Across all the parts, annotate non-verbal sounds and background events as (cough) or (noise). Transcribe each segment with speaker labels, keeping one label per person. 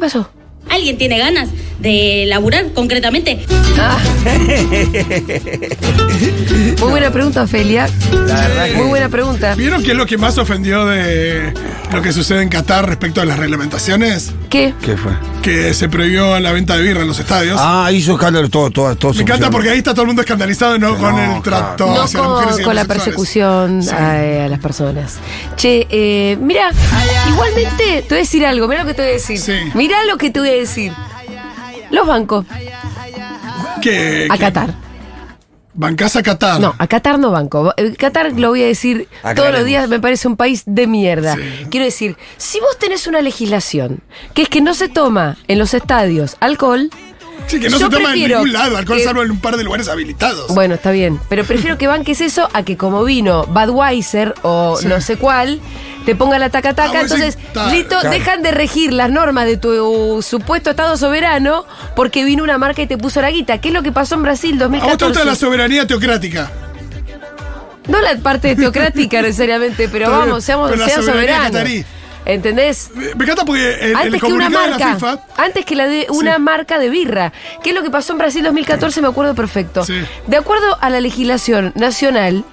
Speaker 1: pasó?
Speaker 2: ¿Alguien tiene ganas de laburar concretamente?
Speaker 1: Ah. Muy buena pregunta, Ofelia.
Speaker 3: La verdad que-
Speaker 1: Muy buena pregunta.
Speaker 4: ¿Vieron qué es lo que más ofendió de lo que sucede en Qatar respecto a las reglamentaciones?
Speaker 1: ¿Qué?
Speaker 3: ¿Qué fue?
Speaker 4: Que se prohibió la venta de birra en los estadios.
Speaker 3: Ah, hizo escándalo todo, todo, todo.
Speaker 4: Me encanta porque ahí está todo el mundo escandalizado ¿no?
Speaker 3: No,
Speaker 4: con
Speaker 3: claro.
Speaker 4: el trato
Speaker 1: No
Speaker 4: hacia las mujeres
Speaker 1: con,
Speaker 4: y
Speaker 1: con la
Speaker 4: homosexuales.
Speaker 1: persecución ah, eh,
Speaker 4: Sí.
Speaker 1: a, a las personas. Che, eh, mira, igualmente te voy a decir algo, mira lo que te voy a decir.
Speaker 4: Sí.
Speaker 1: Mira lo que te voy a decir. Los bancos,
Speaker 4: Que,
Speaker 1: a
Speaker 4: que
Speaker 1: Qatar.
Speaker 4: bancás a Qatar.
Speaker 1: No, a Qatar no banco. Eh, Qatar lo voy a decir
Speaker 3: Aclaremos.
Speaker 1: todos los días, me parece un país de mierda.
Speaker 4: Sí.
Speaker 1: Quiero decir, si vos tenés una legislación que es que no se toma en los estadios alcohol,
Speaker 4: Sí, que no
Speaker 1: Yo
Speaker 4: se toma en
Speaker 1: prefiero
Speaker 4: ningún lado, alcohol
Speaker 1: que-
Speaker 4: salvo en un par de lugares habilitados.
Speaker 1: Bueno, está bien. Pero prefiero que banques eso a que como vino Budweiser o
Speaker 4: Sí.
Speaker 1: no sé cuál, te ponga la
Speaker 4: Ah,
Speaker 1: taca-taca.
Speaker 4: bueno,
Speaker 1: Entonces,
Speaker 4: sí, ta-
Speaker 1: listo,
Speaker 3: claro.
Speaker 1: dejan de regir las normas de tu supuesto Estado soberano porque vino una marca y te puso la guita. ¿Qué es lo que pasó en Brasil
Speaker 4: a vos te gusta
Speaker 1: 2014?
Speaker 4: la soberanía teocrática.
Speaker 1: No la parte
Speaker 4: (laughs)
Speaker 1: teocrática necesariamente, pero
Speaker 4: Está bien,
Speaker 1: vamos, seamos,
Speaker 4: pero la
Speaker 1: sean
Speaker 4: soberanía
Speaker 1: soberanos.
Speaker 4: catarí.
Speaker 1: ¿Entendés?
Speaker 4: Me me encanta porque el, el
Speaker 1: antes Ah, este que una
Speaker 4: comunicado de la
Speaker 1: marca, Ah,
Speaker 4: FIFA.
Speaker 1: antes que la de una marca de birra, que es lo que pasó en Brasil 2014, me acuerdo perfecto.
Speaker 4: Sí.
Speaker 1: De acuerdo a la legislación nacional,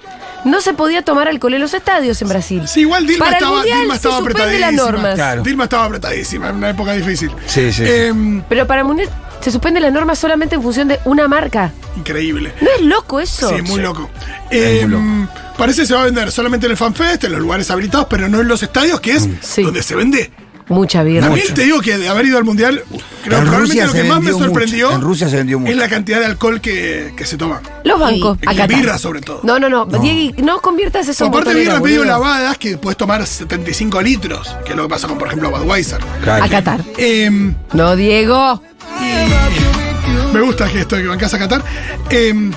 Speaker 1: no se podía tomar alcohol en los estadios en Brasil.
Speaker 4: Sí, igual Dilma
Speaker 1: Para
Speaker 4: estaba,
Speaker 1: el mundial
Speaker 4: Dilma estaba
Speaker 1: se suspende las
Speaker 4: apretadísima.
Speaker 1: normas.
Speaker 3: Claro.
Speaker 4: Dilma estaba apretadísima, en una época difícil.
Speaker 3: Sí, sí, sí.
Speaker 4: Em,
Speaker 1: Pero para el mundial se suspenden las normas solamente en función de una marca.
Speaker 4: increíble.
Speaker 1: ¿No es loco eso?
Speaker 4: Sí, muy loco.
Speaker 3: Es muy
Speaker 4: Em, Parece que se va a vender solamente en el fanfest, en los lugares habilitados, pero no en los estadios, que es
Speaker 1: Mm. Sí.
Speaker 4: donde se vende.
Speaker 1: Mucha birra.
Speaker 4: También te digo que de haber ido al mundial, creo
Speaker 3: En
Speaker 4: que probablemente
Speaker 3: Rusia
Speaker 4: lo
Speaker 3: se
Speaker 4: que más me
Speaker 3: vendió
Speaker 4: sorprendió
Speaker 3: mucho. En Rusia se vendió mucho.
Speaker 4: es la cantidad de alcohol que, que se toma.
Speaker 1: Los bancos.
Speaker 4: Y-
Speaker 1: a
Speaker 4: y
Speaker 1: Qatar.
Speaker 4: birra, sobre todo.
Speaker 1: No, no, no. Diego, no conviertas eso en
Speaker 4: Aparte,
Speaker 1: botonera,
Speaker 4: birra medio
Speaker 1: boludo.
Speaker 4: lavadas que puedes tomar 75 litros, que es lo que pasa con, por ejemplo, Budweiser.
Speaker 1: A Qatar.
Speaker 4: Em,
Speaker 1: No, Diego.
Speaker 4: Me gusta que esto que bancás a Qatar. Em,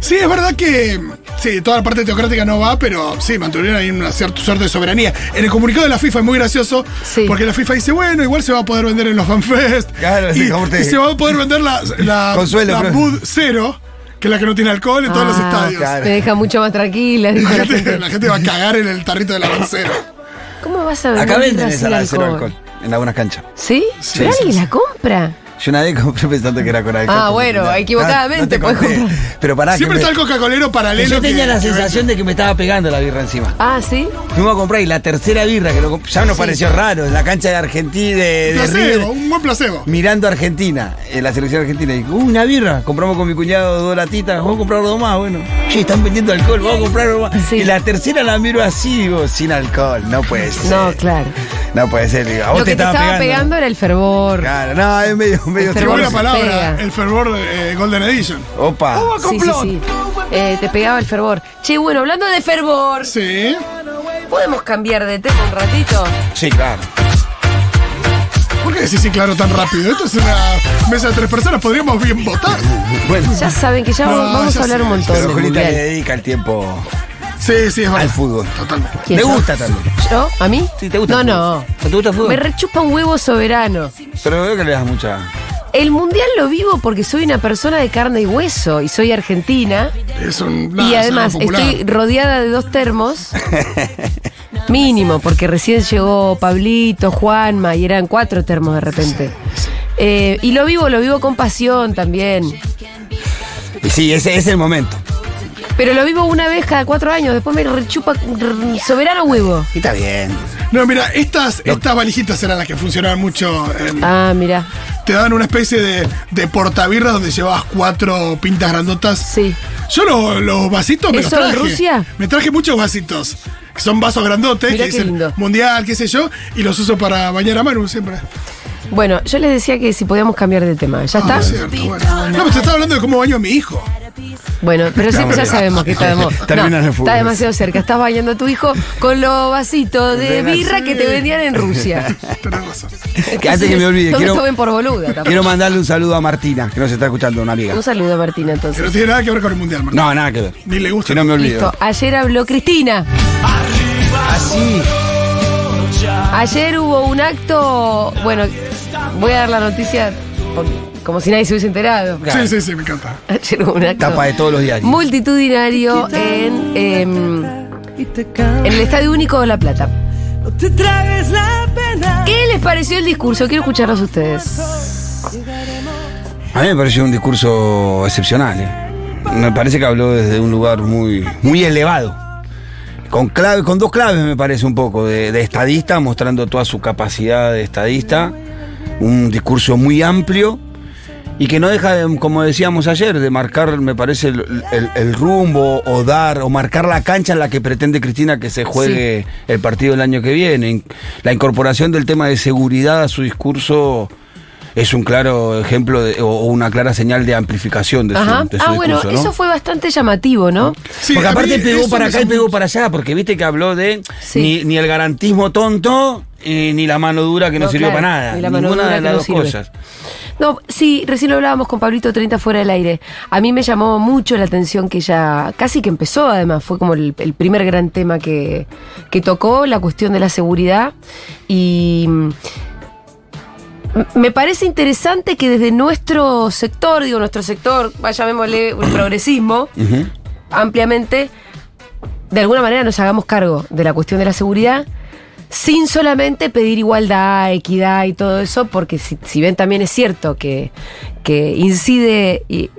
Speaker 4: sí, es verdad que sí, toda la parte teocrática no va, pero sí, mantuvieron ahí una cierta suerte de soberanía. En el comunicado de la FIFA es muy gracioso,
Speaker 1: Sí.
Speaker 4: porque la FIFA dice, bueno, igual se va a poder vender en los fanfest.
Speaker 3: Claro,
Speaker 4: y,
Speaker 3: sí, como te-
Speaker 4: y se va a poder vender la, la,
Speaker 3: Consuelo,
Speaker 4: la
Speaker 3: pero-
Speaker 4: Bud Cero, que es la que no tiene alcohol en todos los
Speaker 1: Ah,
Speaker 4: estadios.
Speaker 3: claro.
Speaker 1: Me deja mucho más tranquila. dijo
Speaker 4: (laughs) La,
Speaker 1: la
Speaker 4: gente,
Speaker 1: gente.
Speaker 4: la gente va a cagar en el tarrito de la Bud Cero.
Speaker 3: Ah,
Speaker 1: ¿Cómo vas a vender
Speaker 3: Acá venden
Speaker 1: birra
Speaker 3: esa
Speaker 1: sin
Speaker 3: la de cero alcohol. En algunas canchas.
Speaker 1: ¿Sí? ¿Pero
Speaker 3: sí,
Speaker 1: alguien la compra?
Speaker 3: Yo una vez (laughs) compré pensando que era con alcohol.
Speaker 1: Ah, bueno,
Speaker 3: No,
Speaker 1: equivocadamente pues,
Speaker 3: no te
Speaker 1: puedes
Speaker 3: conté.
Speaker 1: comprar.
Speaker 3: Pero pará. que
Speaker 4: Siempre
Speaker 3: me-
Speaker 4: está el coca-colero paralelo.
Speaker 5: Yo tenía
Speaker 4: que-
Speaker 5: la
Speaker 4: que vende.
Speaker 5: sensación de que me estaba pegando la birra encima.
Speaker 1: Ah, ¿sí?
Speaker 3: Fuimos a comprar y la tercera birra que lo comp- ya nos pareció raro. En la cancha de Argentina, de, de River,
Speaker 4: Placebo, un buen placebo.
Speaker 3: mirando a Argentina, en la selección argentina. Y digo, "Uy, una birra. Compramos con mi cuñado dos latitas, vamos a comprar dos más. Bueno, che, están vendiendo alcohol, vamos a comprar dos más.
Speaker 1: Sí.
Speaker 3: Y la tercera la miro así, digo, sin alcohol. No puede ser.
Speaker 1: No, claro.
Speaker 3: No puede ser. Digo, a vos
Speaker 1: Lo que te estaba pegando, era el fervor.
Speaker 3: Claro, no, es medio, medio
Speaker 1: Pero
Speaker 4: Qué buena
Speaker 1: bueno, se
Speaker 4: palabra,
Speaker 1: pega.
Speaker 4: el fervor eh, Golden Edition.
Speaker 3: Opa.
Speaker 4: ¡Oh,
Speaker 1: Sí, sí, sí. Eh, te pegaba el fervor. Che, bueno, hablando de fervor,
Speaker 4: Sí.
Speaker 1: ¿podemos cambiar de tema un ratito?
Speaker 3: Sí, claro.
Speaker 4: ¿Por qué decís sí, claro, tan rápido? Esto es una mesa de tres personas, podríamos bien votar.
Speaker 3: Bueno,
Speaker 1: Ya saben que ya
Speaker 4: No,
Speaker 1: vamos
Speaker 4: ya
Speaker 1: a hablar
Speaker 4: sé,
Speaker 1: un montón
Speaker 3: pero
Speaker 1: del
Speaker 3: Julita le
Speaker 1: mundial.
Speaker 3: dedica el tiempo
Speaker 4: Sí, sí, es verdad.
Speaker 3: al fútbol.
Speaker 4: Totalmente.
Speaker 1: ¿Quién,
Speaker 3: Le
Speaker 1: yo?
Speaker 3: gusta también.
Speaker 1: ¿Yo? ¿A mí?
Speaker 3: Sí, te gusta
Speaker 1: No,
Speaker 3: el
Speaker 1: no.
Speaker 3: fútbol. ¿Te gusta el fútbol?
Speaker 1: Me rechupa un huevo soberano.
Speaker 3: Pero veo que le das mucha.
Speaker 1: El mundial lo vivo porque soy una persona de carne y hueso y soy argentina.
Speaker 4: Es un. nada,
Speaker 1: Y
Speaker 4: es
Speaker 1: además
Speaker 4: algo popular.
Speaker 1: estoy rodeada de dos termos.
Speaker 4: (laughs)
Speaker 1: Mínimo, porque recién llegó Pablito, Juanma, y eran cuatro termos de repente. Eh, y lo vivo, lo vivo con pasión también.
Speaker 3: Y sí, ese es el momento.
Speaker 1: Pero lo vivo una vez cada cuatro años, después me rechupa r- soberano huevo.
Speaker 3: Y está bien.
Speaker 4: No, mira, estas, estas valijitas eran las que funcionaban mucho. eh,
Speaker 1: Ah, mira,
Speaker 4: Te daban una especie de, de portabirra donde llevabas cuatro pintas grandotas.
Speaker 1: sí.
Speaker 4: Yo los, los vasitos me los
Speaker 1: ¿Eso en
Speaker 4: traje.
Speaker 1: Rusia?
Speaker 4: Me traje muchos vasitos. que Son vasos grandotes,
Speaker 1: Mirá
Speaker 4: que
Speaker 1: qué
Speaker 4: dicen
Speaker 1: lindo.
Speaker 4: mundial, qué sé yo, y los uso para bañar a Manu siempre.
Speaker 1: Bueno, yo les decía que si podíamos cambiar de tema, ¿ya
Speaker 4: Ah,
Speaker 1: está?
Speaker 4: es cierto, bueno. No, pero te estaba hablando de cómo baño a mi hijo.
Speaker 1: Bueno, pero sí, ya sabemos que está, de mo-
Speaker 3: (laughs) Termina en el fútbol.
Speaker 1: está demasiado cerca. Estás bañando a tu hijo con los vasitos de
Speaker 3: De la-
Speaker 1: birra que te vendían en
Speaker 3: (laughs)
Speaker 1: Rusia.
Speaker 4: Tenés razón.
Speaker 1: (laughs)
Speaker 3: Que antes que me olvide,
Speaker 1: Todos
Speaker 3: quiero,
Speaker 1: tomen por boluda. tampoco.
Speaker 3: quiero mandarle un saludo a Martina, que nos está escuchando, una amiga.
Speaker 1: Un saludo a Martina
Speaker 4: Que
Speaker 1: entonces.
Speaker 4: no tiene nada que ver con el mundial, Martín.
Speaker 3: No, nada que ver.
Speaker 4: Ni le gusta.
Speaker 3: Que no me olvido.
Speaker 1: Listo, ayer habló Cristina.
Speaker 3: Así.
Speaker 1: Ayer hubo un acto, bueno, voy a dar la noticia por- como si nadie se hubiese enterado.
Speaker 4: Sí, sí, sí, me encanta.
Speaker 1: (laughs) Ayer hubo un acto
Speaker 3: Tapa de todos los diarios.
Speaker 1: multitudinario en, em, en el Estadio Único de La Plata.
Speaker 6: No te tragues la
Speaker 1: ¿Qué les pareció el discurso? Quiero escucharlos ustedes.
Speaker 3: A mí me pareció un discurso excepcional. ¿eh? Me parece que habló desde un lugar muy, muy elevado. Con, clave, con dos claves, me parece un poco, de, de estadista, mostrando toda su capacidad de estadista. Un discurso muy amplio y que no deja, de, como decíamos ayer, de marcar, me parece, el, el- el rumbo o dar o marcar la cancha en la que pretende Cristina que se juegue el partido el año que viene. In- La incorporación del tema de seguridad a su discurso es un claro ejemplo de- o, o una clara señal de amplificación de su,
Speaker 1: Ajá.
Speaker 3: de su
Speaker 1: Ah, bueno,
Speaker 3: discurso, ¿no?
Speaker 1: eso fue bastante llamativo, ¿no?
Speaker 4: Sí,
Speaker 3: porque
Speaker 4: a mí
Speaker 3: aparte pegó
Speaker 4: eso
Speaker 3: para
Speaker 4: me
Speaker 3: acá y
Speaker 4: llamó
Speaker 3: pegó para allá, porque viste que habló de
Speaker 1: Sí.
Speaker 3: ni, ni el garantismo tonto eh, ni la mano dura que no,
Speaker 1: No,
Speaker 3: sirvió
Speaker 1: claro,
Speaker 3: para nada.
Speaker 1: ni la mano
Speaker 3: ninguna
Speaker 1: dura
Speaker 3: de
Speaker 1: que
Speaker 3: las
Speaker 1: no
Speaker 3: dos
Speaker 1: sirve.
Speaker 3: cosas.
Speaker 1: No, sí, recién lo hablábamos con Pablito 30 fuera del aire. A mí me llamó mucho la atención que ella casi que empezó, además, fue como el, el primer gran tema que, que tocó, la cuestión de la seguridad. Y mm, m- me parece interesante que desde nuestro sector, digo nuestro sector, vaya, llamémosle el progresismo,
Speaker 3: Ujú.
Speaker 1: ampliamente, de alguna manera nos hagamos cargo de la cuestión de la seguridad, sin solamente pedir igualdad, equidad y todo eso, porque si, si bien también es cierto que, que incide y-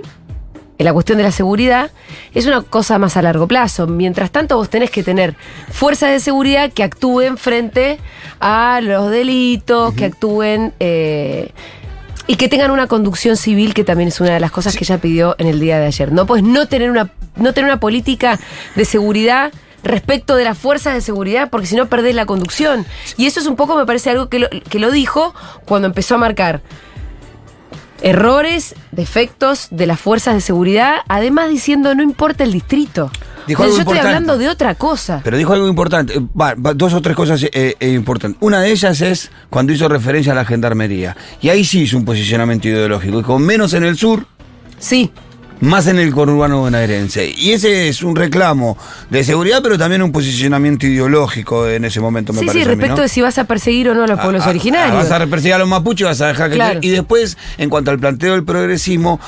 Speaker 1: en la cuestión de la seguridad, es una cosa más a largo plazo. Mientras tanto, vos tenés que tener fuerzas de seguridad que actúen frente a los delitos, que actúen... eh, y que tengan una conducción civil, que también es una de las cosas que ella pidió en el día de ayer. No puedes no tener una, no tener una política de seguridad respecto de las fuerzas de seguridad, porque si no perdés la conducción. Y eso es un poco, me parece, algo que lo, que lo dijo cuando empezó a marcar errores, defectos de las fuerzas de seguridad, además diciendo no importa el distrito.
Speaker 3: Dijo
Speaker 1: O sea,
Speaker 3: algo
Speaker 1: yo estoy
Speaker 3: importante.
Speaker 1: hablando de otra cosa.
Speaker 3: Pero dijo algo importante, eh, va- va- dos o tres cosas eh, eh, importantes. Una de ellas es cuando hizo referencia a la gendarmería. Y ahí sí hizo un posicionamiento ideológico. Y con menos en el sur,
Speaker 1: sí.
Speaker 3: más en el conurbano bonaerense. Y ese es un reclamo de seguridad, pero también un posicionamiento ideológico en ese momento, me
Speaker 1: Sí,
Speaker 3: parece.
Speaker 1: sí,
Speaker 3: a mí,
Speaker 1: respecto
Speaker 3: ¿no?
Speaker 1: de si vas a perseguir o no a los pueblos
Speaker 3: a- a-
Speaker 1: originarios.
Speaker 3: Ah, Vas a perseguir a los mapuches, y vas a dejar que.
Speaker 1: Claro.
Speaker 3: Y después, en cuanto al planteo del progresismo,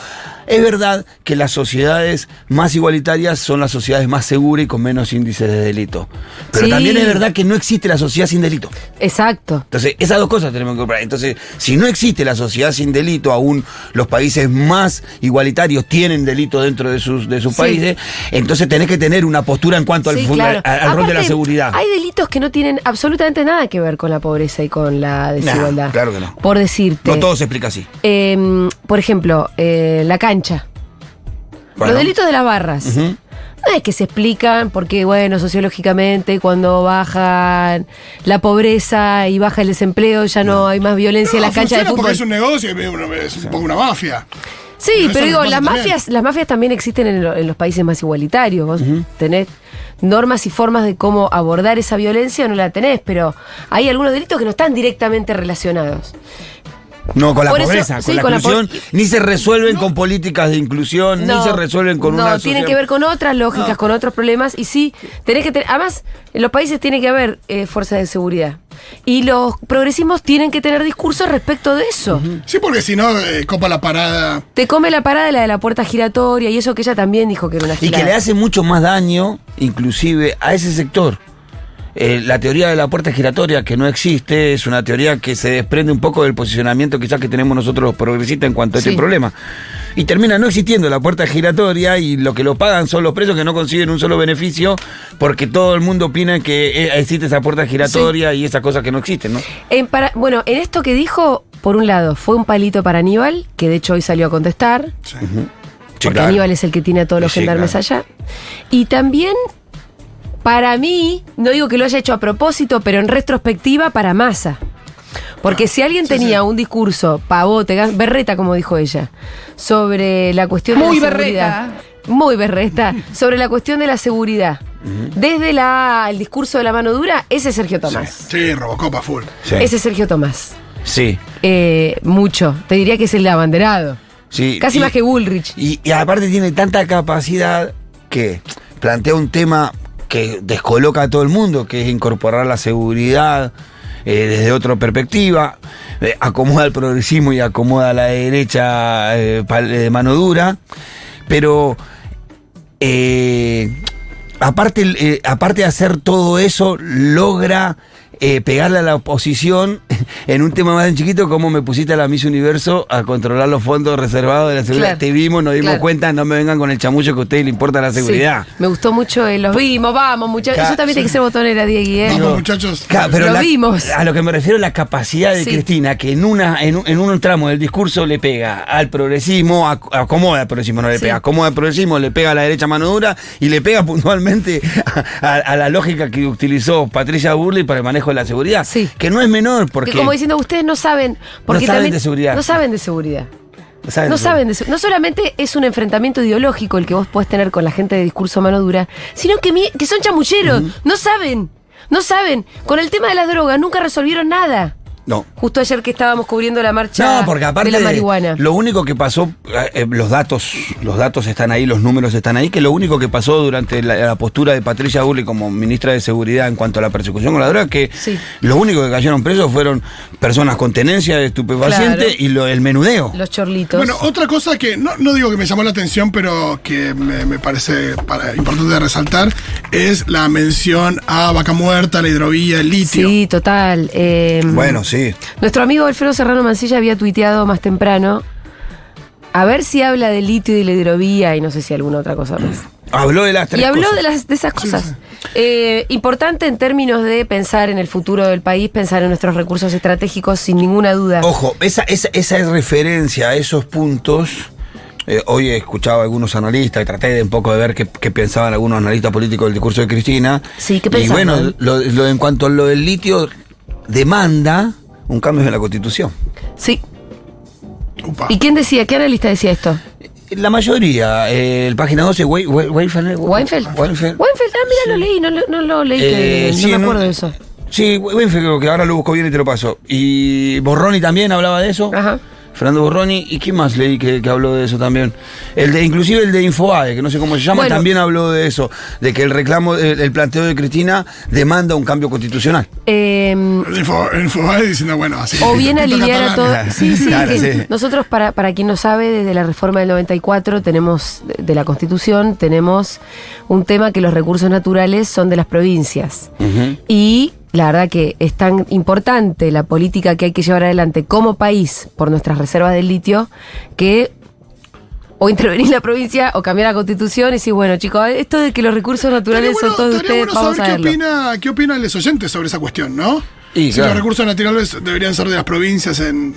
Speaker 3: es verdad que las sociedades más igualitarias son las sociedades más seguras y con menos índices de delito. Pero
Speaker 1: Sí.
Speaker 3: también es verdad que no existe la sociedad sin delito.
Speaker 1: Exacto.
Speaker 3: Entonces, esas dos cosas tenemos que comprar. Entonces, si no existe la sociedad sin delito, aún los países más igualitarios tienen delito dentro de sus, de sus
Speaker 1: Sí.
Speaker 3: países, entonces tenés que tener una postura en cuanto al,
Speaker 1: Sí, claro.
Speaker 3: funda- al- al rol de la
Speaker 1: Aparte,
Speaker 3: seguridad.
Speaker 1: Hay delitos que no tienen absolutamente nada que ver con la pobreza y con la desigualdad.
Speaker 3: claro que no.
Speaker 1: Por decirte.
Speaker 3: No todo se explica así.
Speaker 1: eh, por ejemplo, eh, la cancha.
Speaker 3: Bueno.
Speaker 1: Los delitos de las barras.
Speaker 3: Ujú.
Speaker 1: No es que se explican porque, bueno, sociológicamente cuando baja la pobreza y baja el desempleo ya no, hay más violencia en
Speaker 4: No,
Speaker 1: la cancha de
Speaker 4: funciona
Speaker 1: fútbol.
Speaker 4: porque es un negocio, es un- es un poco una mafia. Pero
Speaker 1: Sí,
Speaker 4: eso
Speaker 1: pero
Speaker 4: es
Speaker 1: digo,
Speaker 4: lo que
Speaker 1: las
Speaker 4: pasa también.
Speaker 1: mafias, las mafias también existen en, lo- en los países más igualitarios. Vos tenés normas y formas de cómo abordar esa violencia o no la tenés, pero hay algunos delitos que no están directamente relacionados.
Speaker 3: No, con la
Speaker 1: Por eso-
Speaker 3: pobreza,
Speaker 1: sí,
Speaker 3: con la
Speaker 1: con la po-
Speaker 3: exclusión. ni se resuelven con políticas de inclusión,
Speaker 1: No,
Speaker 3: ni se resuelven con
Speaker 1: no,
Speaker 3: una.
Speaker 1: tienen
Speaker 3: sociedad-
Speaker 1: que ver con otras lógicas,
Speaker 4: No.
Speaker 1: con otros problemas. Y sí, tenés que tener. Además, en los países tiene que haber eh, fuerzas de seguridad. Y los progresismos tienen que tener discursos respecto de eso.
Speaker 4: Sí, porque si no, eh, copa la parada.
Speaker 1: Te come la parada la de la puerta giratoria y eso que ella también dijo que era una
Speaker 3: Y
Speaker 1: gilada.
Speaker 3: que le hace mucho más daño, inclusive, a ese sector. Eh, la teoría de la puerta giratoria, que no existe, es una teoría que se desprende un poco del posicionamiento quizás que tenemos nosotros los progresistas en cuanto a
Speaker 1: Sí.
Speaker 3: este problema. Y termina no existiendo la puerta giratoria y lo que lo pagan son los presos que no consiguen un solo beneficio porque todo el mundo opina que eh, existe esa puerta giratoria y esas cosas que no existen, ¿no?
Speaker 1: En para- bueno, en esto que dijo, por un lado, fue un palito para Aníbal, que de hecho hoy salió a contestar, porque Aníbal es el que tiene a todos los
Speaker 3: Sí,
Speaker 1: gendarmes
Speaker 3: claro.
Speaker 1: allá. Y también, para mí, no digo que lo haya hecho a propósito, pero en retrospectiva, para Massa.
Speaker 3: Ah,
Speaker 1: Porque si alguien tenía un discurso, pavote, gas- berreta, como dijo ella, sobre la cuestión
Speaker 6: Muy
Speaker 1: de la
Speaker 6: berreta.
Speaker 1: seguridad. Muy berreta. Sobre la cuestión de la seguridad. Desde la, el discurso de la mano dura, ese es Sergio Tomás.
Speaker 4: Sí, Robocopa full.
Speaker 3: Sí.
Speaker 1: Ese es Sergio Tomás.
Speaker 3: Sí.
Speaker 1: Eh, mucho. Te diría que es el abanderado.
Speaker 3: Sí,
Speaker 1: Casi
Speaker 3: y-
Speaker 1: más que Bullrich.
Speaker 3: Y, y aparte tiene tanta capacidad que plantea un tema que descoloca a todo el mundo, que es incorporar la seguridad eh, desde otra perspectiva, eh, acomoda el progresismo y acomoda la derecha eh, pal- eh, mano dura, pero eh, aparte, eh, aparte de hacer todo eso, logra eh, pegarle a la oposición (laughs) en un tema más tan chiquito como me pusiste a la Miss Universo a controlar los fondos reservados de la seguridad.
Speaker 1: Claro,
Speaker 3: Te vimos, nos dimos
Speaker 1: claro.
Speaker 3: cuenta, no me vengan con el chamullo que a ustedes les importa la seguridad.
Speaker 1: Sí, me gustó mucho, eh, los vimos, vamos, muchachos.
Speaker 3: Ca-
Speaker 1: Eso también tiene que ser botonera, Diegui, ¿eh?
Speaker 4: Vamos, muchachos.
Speaker 3: Claro, pero
Speaker 1: Lo
Speaker 3: la-
Speaker 1: vimos.
Speaker 3: A lo que me refiero la capacidad de
Speaker 1: Sí.
Speaker 3: Cristina, que en, una, en, un, en un tramo del discurso le pega al progresismo, ac- acomoda al progresismo, no le
Speaker 1: Sí.
Speaker 3: pega, acomoda al progresismo, le pega a la derecha mano dura y le pega (laughs) puntualmente a, a- a la lógica que utilizó Patricia Burley para el manejo de la seguridad.
Speaker 1: Sí.
Speaker 3: Que no es menor, porque.
Speaker 1: Porque como diciendo, ustedes no saben. Porque
Speaker 3: saben
Speaker 1: también-
Speaker 3: de seguridad.
Speaker 1: No saben de seguridad.
Speaker 3: ¿saben?
Speaker 1: No saben de eso. No solamente es un enfrentamiento ideológico el que vos podés tener con la gente de discurso mano dura, sino que, mi- que son chamulleros. No saben. No saben. Con el tema de las drogas nunca resolvieron nada.
Speaker 3: No.
Speaker 1: Justo ayer que estábamos cubriendo la marcha
Speaker 3: No, porque aparte
Speaker 1: de la marihuana.
Speaker 3: Lo único que pasó, eh, eh, los datos, los datos están ahí, los números están ahí, que lo único que pasó durante la, la postura de Patricia Burley como ministra de Seguridad en cuanto a la persecución con la droga, que
Speaker 1: Sí.
Speaker 3: lo único que cayeron presos fueron personas con tenencia de estupefacientes
Speaker 1: Claro.
Speaker 3: y lo, el menudeo.
Speaker 1: Los chorlitos.
Speaker 4: Bueno, otra cosa que no, no digo que me llamó la atención, pero que me, me parece para- importante de resaltar, es la mención a Vaca Muerta, la hidrovía, el litio.
Speaker 1: sí, total. eh,
Speaker 3: Bueno, sí.
Speaker 1: Nuestro amigo Alfredo Serrano Mancilla había tuiteado más temprano. A ver si habla de litio y la hidrovía y no sé si alguna otra cosa más.
Speaker 3: Habló de las (clears throat) tres
Speaker 1: Y habló
Speaker 3: cosas.
Speaker 1: de, las, de esas cosas. Eh, importante en términos de pensar en el futuro del país, pensar en nuestros recursos estratégicos, sin ninguna duda.
Speaker 3: Ojo, esa, esa, esa es referencia a esos puntos. eh, hoy he escuchado a algunos analistas, traté de un poco de ver qué, qué pensaban algunos analistas políticos del discurso de Cristina.
Speaker 1: Sí, ¿qué
Speaker 3: Y
Speaker 1: pensaban?
Speaker 3: bueno, lo- lo- en cuanto a lo del litio, demanda un cambio en la constitución.
Speaker 1: Sí.
Speaker 4: Upa.
Speaker 1: ¿Y quién decía? ¿Qué analista decía esto?
Speaker 3: La mayoría, eh, el página 12, Wei- Wei- Weinfeld.
Speaker 1: Weinfeld.
Speaker 3: Weinfeld.
Speaker 1: ah, mira, lo leí, no, lo- no lo leí,
Speaker 3: Eh,
Speaker 1: que no
Speaker 3: sí, en
Speaker 1: me
Speaker 3: un- eh,
Speaker 1: acuerdo de eso.
Speaker 3: Sí, Weinfeld creo que ahora lo busco bien y te lo paso. Y Borroni también hablaba de eso.
Speaker 1: Ajá.
Speaker 3: Fernando Borroni, ¿y quién más leí que, que habló de eso también? El de, inclusive el de InfoAE, que no sé cómo se llama,
Speaker 1: Bueno.
Speaker 3: también habló de eso, de que el reclamo, el, el planteo de Cristina demanda un cambio constitucional.
Speaker 1: Eh,
Speaker 4: El info- el Infobae diciendo, bueno, así.
Speaker 1: (laughs) O bien
Speaker 4: Tito
Speaker 1: alinear a
Speaker 4: Catalán.
Speaker 1: todos.
Speaker 4: (laughs)
Speaker 1: Sí, sí,
Speaker 3: Claro,
Speaker 1: que
Speaker 3: sí.
Speaker 1: Nosotros, para, para quien no sabe, desde la reforma del 94 tenemos, de- de la Constitución, tenemos un tema que los recursos naturales son de las provincias. Y la verdad que es tan importante la política que hay que llevar adelante como país por nuestras reservas de litio que o intervenir la provincia o cambiar la constitución y decir, bueno chicos, esto de que los recursos naturales
Speaker 4: Estaría bueno,
Speaker 1: son todos de
Speaker 4: estaría
Speaker 1: ustedes,
Speaker 4: bueno
Speaker 1: vamos a
Speaker 4: saber qué
Speaker 1: verlo.
Speaker 4: opina, qué opinan los oyentes sobre esa cuestión, ¿no?
Speaker 3: Y,
Speaker 4: si
Speaker 3: claro.
Speaker 4: los recursos naturales deberían ser de las provincias en,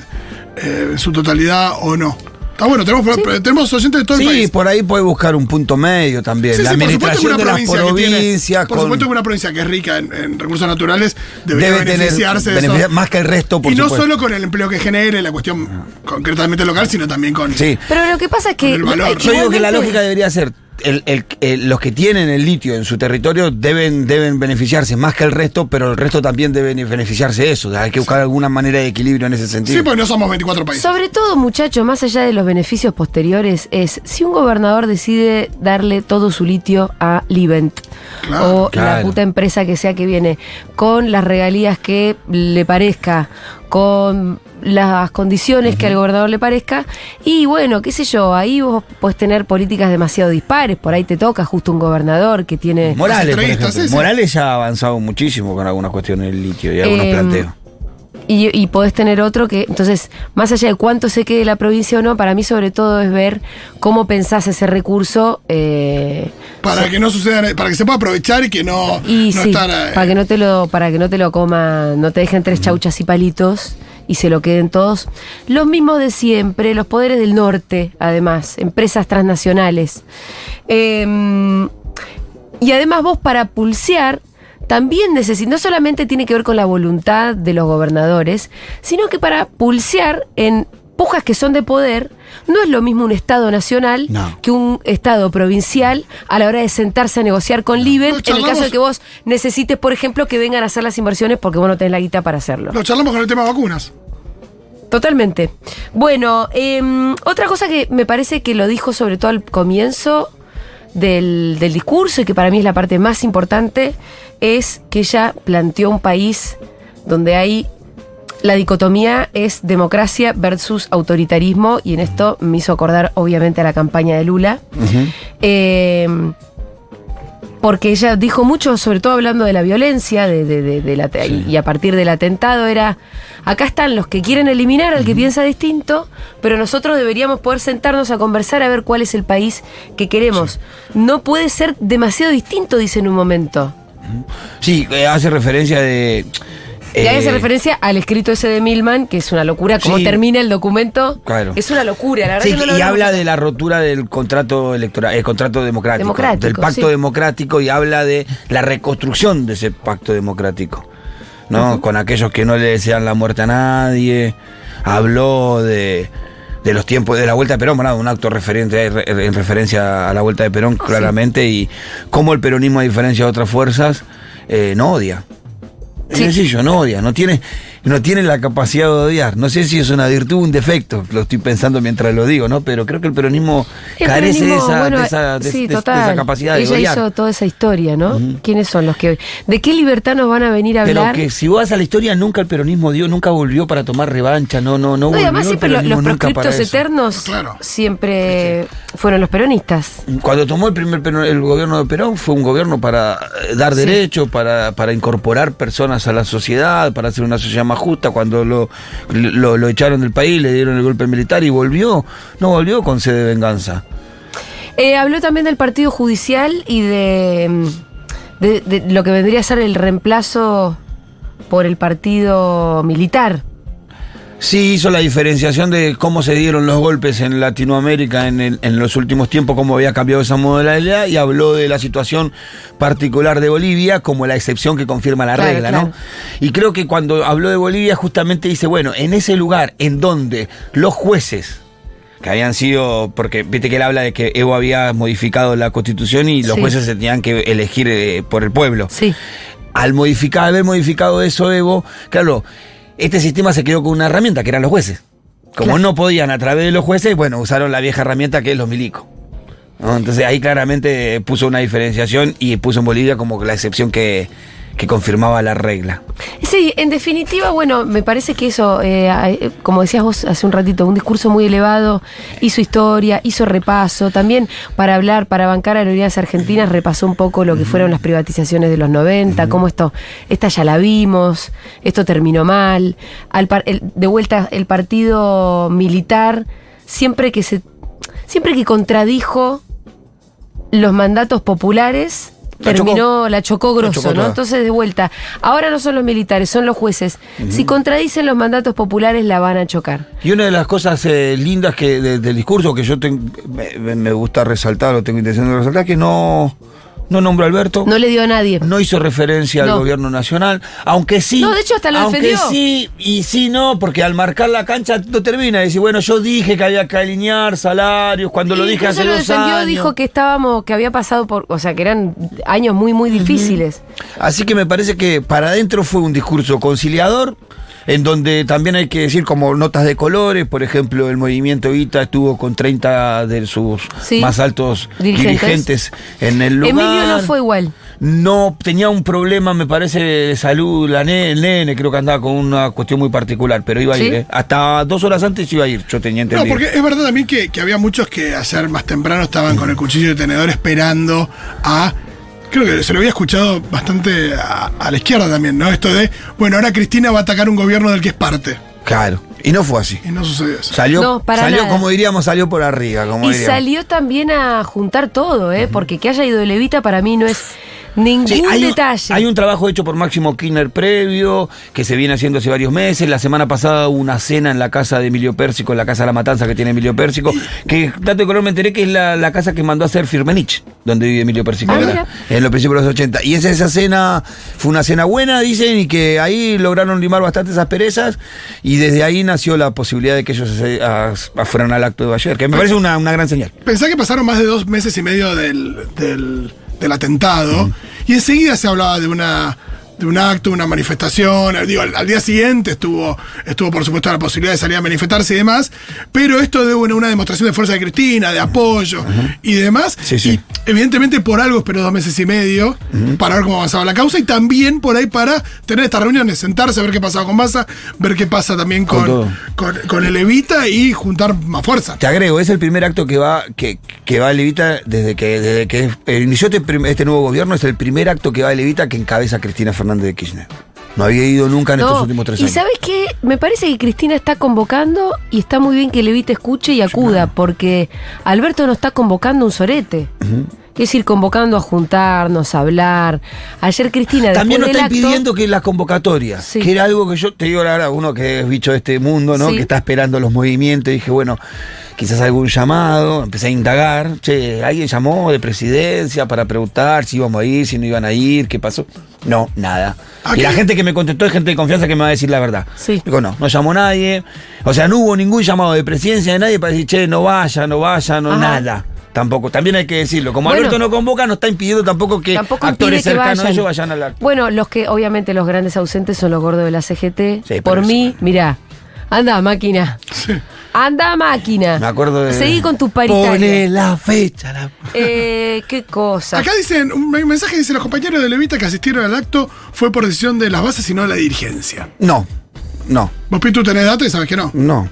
Speaker 4: eh, en su totalidad o no. Está bueno, tenemos, tenemos oyentes de todo
Speaker 3: Sí,
Speaker 4: el país.
Speaker 3: por ahí puede buscar un punto medio también.
Speaker 4: Sí,
Speaker 3: la
Speaker 4: sí, por supuesto
Speaker 3: administración
Speaker 4: que una
Speaker 3: de las
Speaker 4: provincia que tiene-
Speaker 3: provincias
Speaker 4: por
Speaker 3: con-
Speaker 4: supuesto que una provincia que es rica en, en recursos naturales debería
Speaker 3: debe tener
Speaker 4: beneficiarse de
Speaker 3: beneficia-
Speaker 4: eso.
Speaker 3: más que el resto, por
Speaker 4: y no
Speaker 3: supuesto.
Speaker 4: solo con el empleo que genere, la cuestión concretamente local, sino también con...
Speaker 3: Sí.
Speaker 1: Pero lo que pasa es que...
Speaker 4: Con el valor.
Speaker 3: Yo digo que la
Speaker 1: igualmente-
Speaker 3: lógica debería ser. el- el- el- los que tienen el litio en su territorio deben, deben beneficiarse más que el resto, pero el resto también debe beneficiarse de eso. O sea, hay que buscar alguna manera de equilibrio en ese
Speaker 4: Sí,
Speaker 3: sentido.
Speaker 4: porque no somos 24 países.
Speaker 1: Sobre todo, muchachos, más allá de los beneficios posteriores, es si un gobernador decide darle todo su litio a Livent
Speaker 4: Claro,
Speaker 1: o la
Speaker 3: claro.
Speaker 1: puta empresa que sea que viene, con las regalías que le parezca, con las condiciones que al gobernador le parezca, y bueno, qué sé yo, ahí vos podés tener políticas demasiado dispares, por ahí te toca justo un gobernador que tiene...
Speaker 3: Morales, por
Speaker 4: entrevistas,
Speaker 3: ejemplo.
Speaker 4: sí, sí.
Speaker 3: Morales ya ha avanzado muchísimo con algunas cuestiones del litio y algunos
Speaker 1: Eh,
Speaker 3: planteos.
Speaker 1: Y, y podés tener otro que, entonces, más allá de cuánto se quede la provincia o no, para mí sobre todo es ver cómo pensás ese recurso eh,
Speaker 4: Para que no sucedan, para que se pueda aprovechar y que no,
Speaker 1: y
Speaker 4: no
Speaker 1: sí,
Speaker 4: estar, eh,
Speaker 1: para que no te lo, para que no te lo coma, no te dejen tres chauchas y palitos y se lo queden todos. Los mismos de siempre, los poderes del norte, además, empresas transnacionales. Eh, y además vos para pulsear también necesitas, no solamente tiene que ver con la voluntad de los gobernadores, sino que para pulsear en pujas que son de poder, no es lo mismo un Estado nacional
Speaker 3: No.
Speaker 1: que un Estado provincial a la hora de sentarse a negociar con Libre, en
Speaker 4: No,
Speaker 1: el caso de
Speaker 4: charlamos-
Speaker 1: que vos necesites, por ejemplo, que vengan a hacer las inversiones porque vos no tenés la guita para hacerlo.
Speaker 4: Lo charlamos con el tema vacunas.
Speaker 1: Totalmente. Bueno, em, otra cosa que me parece que lo dijo sobre todo al comienzo del, del discurso y que para mí es la parte más importante es que ella planteó un país donde hay la dicotomía es democracia versus autoritarismo y en esto me hizo acordar obviamente a la campaña de Lula. Em, porque ella dijo mucho, sobre todo hablando de la violencia, de, de- de- del ate- y a partir del atentado era, acá están los que quieren eliminar al que piensa distinto, pero nosotros deberíamos poder sentarnos a conversar a ver cuál es el país que queremos. No puede ser demasiado distinto, dice en un momento.
Speaker 3: Sí, eh, hace referencia de.
Speaker 1: Y ahí
Speaker 3: eh,
Speaker 1: hace referencia al escrito ese de Milman, que es una locura, cómo
Speaker 3: Sí.
Speaker 1: termina el documento.
Speaker 3: Claro.
Speaker 1: Es una locura, la verdad.
Speaker 3: Sí,
Speaker 1: que no lo
Speaker 3: y
Speaker 1: habíamos-
Speaker 3: habla de la rotura del contrato electoral, el contrato democrático,
Speaker 1: Democrático,
Speaker 3: del pacto
Speaker 1: sí.
Speaker 3: democrático y habla de la reconstrucción de ese pacto democrático, ¿no? Con aquellos que no le desean la muerte a nadie. Habló de, de los tiempos de la vuelta de Perón, bueno, un acto referente eh, re- en referencia a la vuelta de Perón,
Speaker 1: Oh,
Speaker 3: claramente, y cómo el peronismo, a diferencia de otras fuerzas, eh, no odia. Es
Speaker 1: Sí.
Speaker 3: sencillo, no odia, no tiene, no tiene la capacidad de odiar. No sé si es una virtud o un defecto, lo estoy pensando mientras lo digo, ¿no? Pero creo que el peronismo
Speaker 1: El
Speaker 3: carece de
Speaker 1: peronismo,
Speaker 3: esa,
Speaker 1: bueno,
Speaker 3: de esa- de-
Speaker 1: sí,
Speaker 3: de- de
Speaker 1: total.
Speaker 3: esa capacidad de
Speaker 1: Ella
Speaker 3: odiar.
Speaker 1: hizo toda esa historia, ¿no? ¿Quiénes son los que hoy? ¿De qué libertad nos van a venir a
Speaker 3: Pero
Speaker 1: hablar?
Speaker 3: que si vas a la historia, nunca el peronismo dio, nunca volvió para tomar revancha, no, no, no.
Speaker 1: no, y
Speaker 3: volvió
Speaker 1: además
Speaker 3: el
Speaker 1: siempre lo- los
Speaker 3: peronismo nunca para
Speaker 1: proscriptos
Speaker 3: eso.
Speaker 1: eternos
Speaker 4: Claro.
Speaker 1: siempre fueron los peronistas.
Speaker 3: Cuando tomó el primer peno- el gobierno de Perón fue un gobierno para eh, dar
Speaker 1: Sí.
Speaker 3: derechos, para, para incorporar personas a la sociedad, para hacer una sociedad más justa. Cuando lo, lo, lo echaron del país, le dieron el golpe militar y volvió, no volvió con sed de venganza.
Speaker 1: Eh, habló también del Partido Judicial y de, mm, de- de lo que vendría a ser el reemplazo por el Partido Militar.
Speaker 3: Sí hizo la diferenciación de cómo se dieron los golpes en Latinoamérica en, el- en los últimos tiempos, cómo había cambiado esa modalidad y habló de la situación particular de Bolivia como la excepción que confirma la
Speaker 1: Claro,
Speaker 3: regla,
Speaker 1: claro.
Speaker 3: ¿no? Y creo que cuando habló de Bolivia justamente dice, bueno, en ese lugar en donde los jueces que habían sivo, porque viste que él habla de que Evo había modificado la constitución y los
Speaker 1: Sí.
Speaker 3: jueces se tenían que elegir eh, por el pueblo
Speaker 1: Sí.
Speaker 3: al modificar, haber modificado eso, Evo, claro, este sistema se quedó con una herramienta que eran los jueces. Como
Speaker 1: Claro.
Speaker 3: no podían a través de los jueces, bueno, usaron la vieja herramienta que es los milicos. ¿no? Entonces ahí claramente puso una diferenciación y puso en Bolivia como la excepción que, que confirmaba la regla.
Speaker 1: Sí, en definitiva, bueno, me parece que eso, eh, eh, como decías vos hace un ratito, un discurso muy elevado, hizo historia, hizo repaso, también para hablar, para bancar aerolíneas argentinas, repasó un poco lo que fueron las privatizaciones de los 90, cómo esto, esta ya la vimos, esto terminó mal, Al par- el- de vuelta el partido militar, siempre que se, siempre que contradijo los mandatos populares,
Speaker 3: La
Speaker 1: terminó
Speaker 3: chocó.
Speaker 1: la chocó grosso,
Speaker 3: chocó
Speaker 1: ¿no?
Speaker 3: toda.
Speaker 1: Entonces, de vuelta, ahora no son los militares, son los jueces. Si contradicen los mandatos populares, la van a chocar.
Speaker 3: Y una de las cosas eh, lindas que de- del discurso que yo ten- me, me gusta resaltar o tengo intención de resaltar, que no, no nombro a Alberto.
Speaker 1: No le dio a nadie.
Speaker 3: No hizo referencia
Speaker 1: No.
Speaker 3: al gobierno nacional, aunque sí.
Speaker 1: No, de hecho, hasta lo
Speaker 3: aunque
Speaker 1: defendió.
Speaker 3: sí y sí no, porque al marcar la cancha no termina. Dice, bueno, yo dije que había que alinear salarios cuando lo dije
Speaker 1: Incluso
Speaker 3: hace
Speaker 1: lo
Speaker 3: dos
Speaker 1: defendió,
Speaker 3: años.
Speaker 1: dijo que estábamos, que había pasado por, o sea, que eran años muy, muy difíciles.
Speaker 3: Así que me parece que para adentro fue un discurso conciliador, en donde también hay que decir como notas de colores, por ejemplo, el movimiento ITA estuvo con 30 de sus
Speaker 1: Sí.
Speaker 3: más altos
Speaker 1: Dirigentes.
Speaker 3: dirigentes. en el lugar.
Speaker 1: Emilio no fue igual.
Speaker 3: No, tenía un problema, me parece, de salud. La ne- el nene creo que andaba con una cuestión muy particular, pero iba a
Speaker 1: ¿Sí?
Speaker 3: ir. ¿eh? Hasta dos horas antes iba a ir, yo tenía entendido.
Speaker 4: No, porque es verdad también que, que había muchos que ayer más temprano estaban con el cuchillo y el tenedor esperando a. Creo que se lo había escuchado bastante a, a la izquierda también, ¿no? Esto de, bueno, ahora Cristina va a atacar un gobierno del que es parte.
Speaker 3: Claro, y no fue así.
Speaker 4: Y no sucedió eso.
Speaker 3: Salió,
Speaker 1: No, para
Speaker 3: salió
Speaker 1: nada.
Speaker 3: como diríamos, salió por arriba. Como
Speaker 1: Y
Speaker 3: diríamos.
Speaker 1: salió también a juntar todo, ¿eh? Porque que haya ido de Levita para mí no es ningún
Speaker 3: Sí, hay, un-
Speaker 1: detalle.
Speaker 3: hay un trabajo hecho por Máximo Kirchner previo, que se viene haciendo hace varios meses. La semana pasada hubo una cena en la casa de Emilio Pérsico, en la casa de la matanza que tiene Emilio Pérsico, que dato de color me enteré que es la, la casa que mandó a hacer Firmenich, donde vive Emilio Pérsico
Speaker 1: Ah,
Speaker 3: ahora,
Speaker 1: mira.
Speaker 3: en los principios de los 80. Y esa, esa cena fue una cena buena, dicen, y que ahí lograron limar bastantes asperezas, y desde ahí nació la posibilidad de que ellos se- a- a- fueran al acto de ayer, que me parece una, una gran señal.
Speaker 4: Pensá que pasaron más de dos meses y medio del, del, del atentado y enseguida se hablaba de una de un acto, una manifestación. eh, Digo, al, al día siguiente estuvo, estuvo, por supuesto, la posibilidad de salir a manifestarse y demás. Pero esto de una, una demostración de fuerza de Cristina, de apoyo y demás.
Speaker 3: Sí, sí.
Speaker 4: Y, evidentemente, por algo esperó dos meses y medio para ver cómo avanzaba la causa y también por ahí para tener estas reuniones, sentarse, a ver qué pasaba con Massa, ver qué pasa también
Speaker 3: Con todo.
Speaker 4: con, con, con el Evita y juntar más fuerza.
Speaker 3: Te agrego, es el primer acto que va, que, que va Levita desde que, desde que eh, inició este, prim- este nuevo gobierno, es el primer acto que va Levita que encabeza Cristina Fernández de Kirchner. No había ido nunca en estos
Speaker 1: No,
Speaker 3: últimos tres
Speaker 1: y
Speaker 3: años.
Speaker 1: sabes qué, me parece que Cristina está convocando y está muy bien que Levita escuche y acuda, porque Alberto no está convocando un sorete. Es ir convocando a juntarnos, a hablar. Ayer Cristina
Speaker 3: También nos
Speaker 1: después
Speaker 3: está
Speaker 1: del acto-
Speaker 3: impidiendo que las convocatorias,
Speaker 1: Sí.
Speaker 3: que era algo que yo te digo la verdad, uno que es bicho de este mundo, ¿no?
Speaker 1: Sí.
Speaker 3: Que está esperando los movimientos, dije, bueno, quizás algún llamado, empecé a indagar, che, alguien llamó de presidencia para preguntar si íbamos a ir, si no iban a ir, qué pasó. No, nada.
Speaker 4: Aquí-
Speaker 3: Y la gente que me contestó es gente de confianza que me va a decir la verdad.
Speaker 1: Sí.
Speaker 3: Digo, no, no llamó nadie. O sea, no hubo ningún llamado de presidencia de nadie para decir, che, no vaya, no vaya, no
Speaker 1: Ajá.
Speaker 3: nada. Tampoco, también hay que decirlo. Como
Speaker 1: Bueno.
Speaker 3: Alberto no convoca, no está impidiendo tampoco que
Speaker 1: Tampoco
Speaker 3: actores
Speaker 1: impide que
Speaker 3: cercanos a
Speaker 1: vayan.
Speaker 3: ellos vayan al acto.
Speaker 1: Bueno, los que obviamente los grandes ausentes son los gordos de la CGT.
Speaker 3: Sí,
Speaker 1: Por
Speaker 3: pero
Speaker 1: mí, mirá, anda máquina. Anda máquina.
Speaker 3: Me acuerdo de.
Speaker 1: Seguí con tu paritaria.
Speaker 3: Poné la fecha. la-
Speaker 1: Eh, qué cosa.
Speaker 4: Acá dicen, un me- mensaje dice, los compañeros de Levita que asistieron al acto fue por decisión de las bases y no de la dirigencia.
Speaker 3: No, no,
Speaker 4: Vos, Pitu, tenés datos y sabés que no.
Speaker 3: no.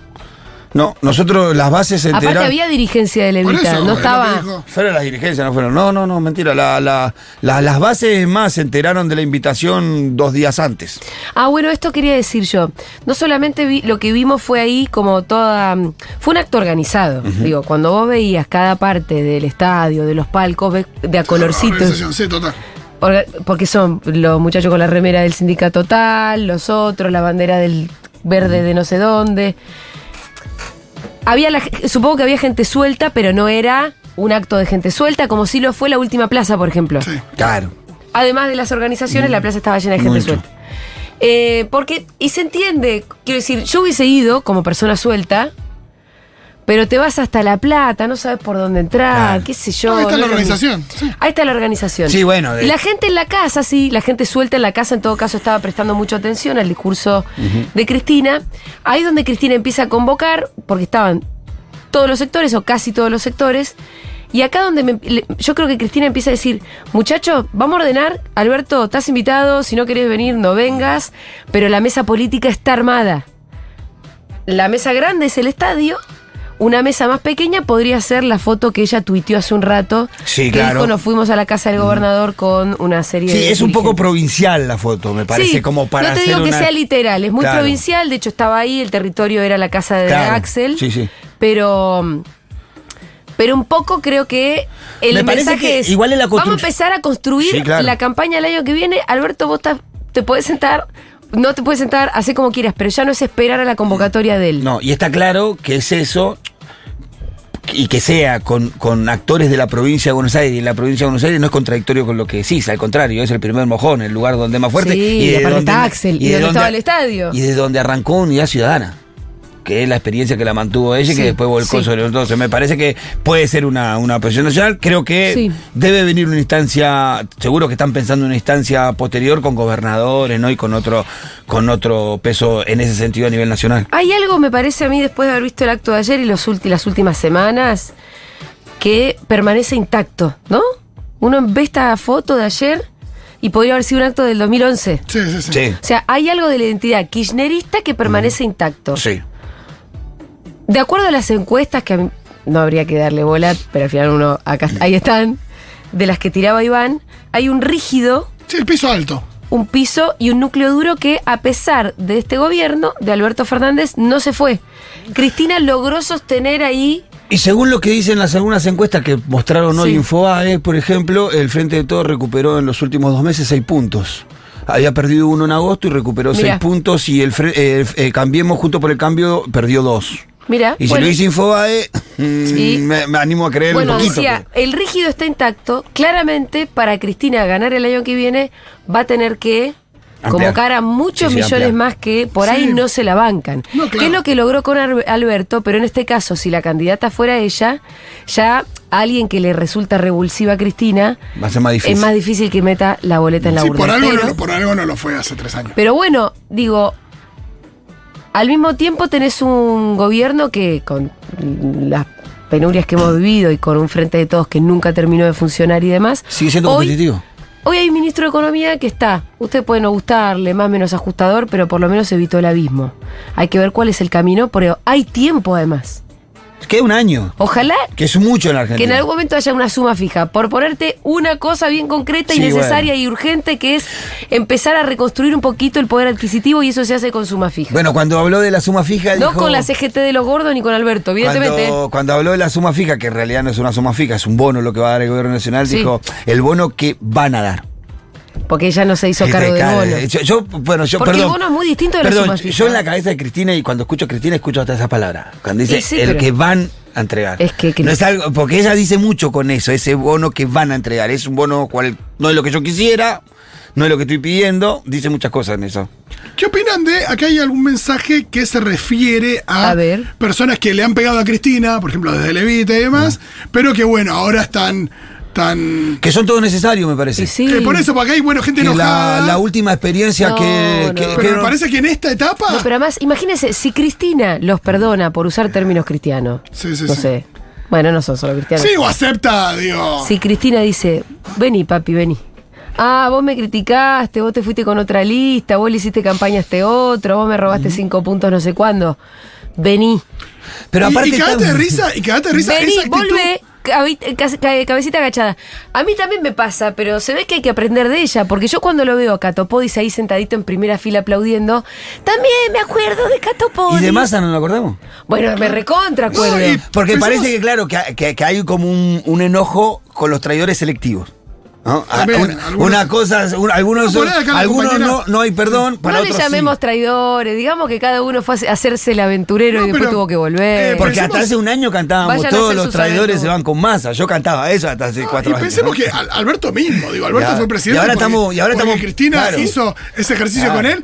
Speaker 3: No, nosotros las bases se
Speaker 1: Aparte
Speaker 3: enteraron.
Speaker 1: había dirigencia de
Speaker 4: Por
Speaker 1: Levita, no
Speaker 4: eso, es lo que
Speaker 1: estaba.
Speaker 4: dijo.
Speaker 3: Fueron las dirigencias, no fueron. No, no, no, mentira. La- la- la- las bases es más se enteraron de la invitación dos días antes.
Speaker 1: Ah, bueno, esto quería decir yo. No solamente vi- lo que vimos fue ahí como toda... mm, Fue un acto organizado. Digo, cuando vos veías cada parte del estadio, de los palcos, ves de a colorcitos.
Speaker 4: Organización, Ah, Sí, total.
Speaker 1: Orga- Porque son los muchachos con la remera del sindicato tal, los otros, la bandera del verde de no sé dónde. Había la ge- supongo que había gente suelta, pero no era un acto de gente suelta, como si lo fue la última plaza, por ejemplo.
Speaker 4: Sí.
Speaker 3: Claro.
Speaker 1: Además de las organizaciones, la plaza estaba llena de gente
Speaker 3: Mm, mucho.
Speaker 1: suelta. Eh, porque, y se entiende, quiero decir, yo hubiese ido como persona suelta, pero te vas hasta La Plata, no sabes por dónde entrar,
Speaker 3: Claro.
Speaker 1: qué sé yo.
Speaker 4: No, ahí está
Speaker 1: no
Speaker 4: la
Speaker 1: es lo mismo.
Speaker 4: organización, sí.
Speaker 1: Ahí está la organización.
Speaker 3: Sí, bueno, de-
Speaker 1: Y la gente en la casa, sí, la gente suelta en la casa, en todo caso, estaba prestando mucha atención al discurso de Cristina. Ahí donde Cristina empieza a convocar, porque estaban todos los sectores o casi todos los sectores. Y acá donde me- le- yo creo que Cristina empieza a decir, muchachos, vamos a ordenar, Alberto, estás invitado, si no querés venir, no vengas, pero la mesa política está armada. La mesa grande es el estadio, una mesa más pequeña podría ser la foto que ella tuiteó hace un rato,
Speaker 3: Sí,
Speaker 1: que
Speaker 3: claro. Mm.
Speaker 1: dijo, nos fuimos a la casa del gobernador con una serie de...
Speaker 3: Sí, es un poco
Speaker 1: dirigentes".
Speaker 3: provincial la foto, me parece,
Speaker 1: Sí,
Speaker 3: como para
Speaker 1: No te
Speaker 3: hacer
Speaker 1: digo que
Speaker 3: una-
Speaker 1: sea literal, es muy
Speaker 3: Claro.
Speaker 1: provincial, de hecho estaba ahí, el territorio era la casa de
Speaker 3: Claro,
Speaker 1: Axel.
Speaker 3: sí, sí.
Speaker 1: Pero. Pero un poco creo que el
Speaker 3: Me parece
Speaker 1: mensaje
Speaker 3: que
Speaker 1: es.
Speaker 3: igual es la
Speaker 1: vamos a
Speaker 3: construc-
Speaker 1: empezar a construir
Speaker 3: Sí, claro.
Speaker 1: la campaña el año que viene. Alberto, vos estás- te podés sentar, no te puedes sentar, hace como quieras, pero ya no es esperar a la convocatoria de él.
Speaker 3: No, y está claro que es eso. Y que sea con, con actores de la provincia de Buenos Aires y en la provincia de Buenos Aires no es contradictorio con lo que decís, al contrario, es el primer mojón, el lugar donde es más fuerte.
Speaker 1: Sí, y
Speaker 3: de
Speaker 1: aparte está Axel, y donde estaba el estadio.
Speaker 3: Y de donde arrancó Unidad Ciudadana, que es la experiencia que la mantuvo ella y
Speaker 1: Sí,
Speaker 3: que después volcó
Speaker 1: sí.
Speaker 3: sobre nosotros. Me parece que puede ser una, una presión nacional. Creo que
Speaker 1: Sí.
Speaker 3: debe venir una instancia, seguro que están pensando en una instancia posterior con gobernadores ¿no? y con otro, con otro peso en ese sentido a nivel nacional.
Speaker 1: Hay algo, me parece a mí, después de haber visto el acto de ayer y los ulti- las últimas semanas, que permanece intacto, ¿no? Uno ve esta foto de ayer y podría haber sido un acto del 2011.
Speaker 4: Sí, sí, sí.
Speaker 3: Sí.
Speaker 1: O sea, hay algo de la identidad kirchnerista que permanece intacto.
Speaker 3: Sí.
Speaker 1: De acuerdo a las encuestas, que a mí no habría que darle bola, pero al final uno, acá, ahí están, de las que tiraba Iván, hay un rígido,
Speaker 4: Sí, el piso alto.
Speaker 1: un piso y un núcleo duro que, a pesar de este gobierno, de Alberto Fernández, no se fue. Cristina logró sostener ahí
Speaker 3: Y según lo que dicen las algunas encuestas que mostraron hoy
Speaker 1: Sí.
Speaker 3: Infobae, por ejemplo, el Frente de Todos recuperó en los últimos dos meses seis puntos. Había perdido uno en agosto y recuperó
Speaker 1: Mirá.
Speaker 3: seis puntos y el, Fre- eh, eh, Cambiemos Junto por el Cambio perdió dos.
Speaker 1: Mira,
Speaker 3: Y si
Speaker 1: Ah, bueno,
Speaker 3: lo dice Infobae, mm,
Speaker 1: Sí.
Speaker 3: me, me animo a creer
Speaker 1: bueno,
Speaker 3: un poquito. pues.
Speaker 1: decía, el rígido está intacto. Claramente, para Cristina ganar el año que viene, va a tener que
Speaker 3: Ampliar.
Speaker 1: convocar a muchos
Speaker 3: Sí, sí,
Speaker 1: millones
Speaker 3: ampliar.
Speaker 1: más que por ahí
Speaker 4: Sí.
Speaker 1: no se la bancan.
Speaker 4: No, claro.
Speaker 1: Que es lo que logró con Ar- Alberto, pero en este caso, si la candidata fuera ella, ya alguien que le resulta revulsiva a Cristina,
Speaker 3: Va a ser más difícil.
Speaker 1: es más difícil que meta la boleta en la
Speaker 4: Sí,
Speaker 1: urna.
Speaker 4: por algo,
Speaker 1: Pero-
Speaker 4: no, por algo no lo fue hace tres años.
Speaker 1: pero bueno, digo, al mismo tiempo tenés un gobierno que con las penurias que hemos vivido y con un frente de todos que nunca terminó de funcionar y demás.
Speaker 5: Sigue siendo
Speaker 1: hoy-
Speaker 5: competitivo.
Speaker 1: Hoy hay un ministro de Economía que está, usted puede no gustarle, más o menos ajustador, pero por lo menos evitó el abismo. Hay que ver cuál es el camino, pero hay tiempo además.
Speaker 3: Queda un año.
Speaker 1: Ojalá
Speaker 3: Que es mucho en la
Speaker 1: que
Speaker 3: Argentina.
Speaker 1: en algún momento haya una suma fija, por ponerte una cosa bien concreta y
Speaker 3: Sí,
Speaker 1: necesaria y urgente, que es empezar a reconstruir un poquito el poder adquisitivo y eso se hace con suma fija.
Speaker 3: Bueno, cuando habló de la suma fija.
Speaker 1: No
Speaker 3: dijo-
Speaker 1: con la CGT de los gordos ni con Alberto, evidentemente.
Speaker 3: Cuando, cuando habló de la suma fija, que en realidad no es una suma fija, es un bono lo que va a dar el gobierno nacional,
Speaker 1: Sí.
Speaker 3: dijo el bono que van a dar.
Speaker 1: Porque ella no se hizo cargo
Speaker 3: Este,
Speaker 1: del
Speaker 3: cara,
Speaker 1: bono.
Speaker 3: Yo, yo, bueno, yo,
Speaker 1: Porque el
Speaker 3: perdón.
Speaker 1: bono es muy distinto de la
Speaker 3: Perdón,
Speaker 1: suma
Speaker 3: yo-
Speaker 1: fija.
Speaker 3: Yo en la cabeza de Cristina y cuando escucho a Cristina escucho hasta esas palabras. Cuando dice
Speaker 1: Y sí,
Speaker 3: el
Speaker 1: pero-
Speaker 3: que van a entregar.
Speaker 1: Es que- que-
Speaker 3: no es algo, porque ella dice mucho con eso, ese bono que van a entregar. Es un bono cual no es lo que yo quisiera, no es lo que estoy pidiendo. Dice muchas cosas en eso.
Speaker 4: ¿Qué opinan de acá hay algún mensaje que se refiere a,
Speaker 1: A ver.
Speaker 4: personas que le han pegado a Cristina, por ejemplo, desde Levita y demás,
Speaker 1: Ah.
Speaker 4: pero que bueno, ahora están tan
Speaker 3: Que son todos necesarios, me parece.
Speaker 1: Y sí.
Speaker 4: que Eh, por eso para acá hay bueno, gente
Speaker 3: Que
Speaker 4: enojada.
Speaker 3: la, la última experiencia
Speaker 1: No,
Speaker 3: que,
Speaker 1: no.
Speaker 3: que-
Speaker 4: pero
Speaker 3: que-
Speaker 4: me parece que en esta etapa
Speaker 1: No, pero además, imagínense, si Cristina los perdona por usar términos cristianos.
Speaker 4: Sí, sí,
Speaker 1: no
Speaker 4: sí.
Speaker 1: sé. Bueno, no son solo cristianos.
Speaker 4: sí o acepta, digo.
Speaker 1: Si Cristina dice, vení papi, vení. Ah, vos me criticaste, vos te fuiste con otra lista, vos le hiciste campaña a este otro, vos me robaste cinco puntos no sé cuándo. Vení.
Speaker 3: pero
Speaker 4: Y-
Speaker 3: aparte
Speaker 4: y, cagate de
Speaker 3: tan-
Speaker 4: risa, y cagate de risa
Speaker 1: Vení,
Speaker 4: esa actitud.
Speaker 1: volvé, cabi- ca- ca- cabecita agachada. A mí también me pasa, pero se ve que hay que aprender de ella, porque yo cuando lo veo a Catopodis ahí sentadito en primera fila aplaudiendo, también me acuerdo de Catopodis.
Speaker 3: Y de masa no nos acordamos.
Speaker 1: Bueno, me recontra acuerdo.
Speaker 4: No, y-
Speaker 3: Porque
Speaker 4: Pensemos-
Speaker 3: parece que, claro, que, que- que hay como un, un enojo con los traidores selectivos. ¿no? A-
Speaker 4: También,
Speaker 3: un-
Speaker 4: algunos-
Speaker 3: una cosa, un- algunos,
Speaker 4: No, por ahí acá la
Speaker 3: algunos
Speaker 4: compañera-
Speaker 3: no, no hay perdón, para
Speaker 1: no le
Speaker 3: otros sí.
Speaker 1: llamemos traidores, digamos que cada uno fue a hacerse el aventurero
Speaker 4: No,
Speaker 1: y después
Speaker 4: pero-
Speaker 1: tuvo que volver.
Speaker 4: eh,
Speaker 3: Porque hasta
Speaker 4: Pensemos-
Speaker 3: hace un año cantábamos,
Speaker 1: Vayan a
Speaker 3: todos
Speaker 1: hacer
Speaker 3: los
Speaker 1: sus
Speaker 3: traidores
Speaker 1: aventuras.
Speaker 3: se van con masa. Yo cantaba eso hasta hace cuatro
Speaker 4: Ah, Y
Speaker 3: años.
Speaker 4: pensemos
Speaker 3: ¿no?
Speaker 4: que Al- Alberto mismo, digo, Alberto
Speaker 3: Ya.
Speaker 4: fue presidente.
Speaker 3: Y ahora
Speaker 4: porque-
Speaker 3: estamos- y ahora
Speaker 4: porque
Speaker 3: estamos-
Speaker 4: Cristina
Speaker 3: claro.
Speaker 4: hizo ese ejercicio
Speaker 3: Claro.
Speaker 4: con él.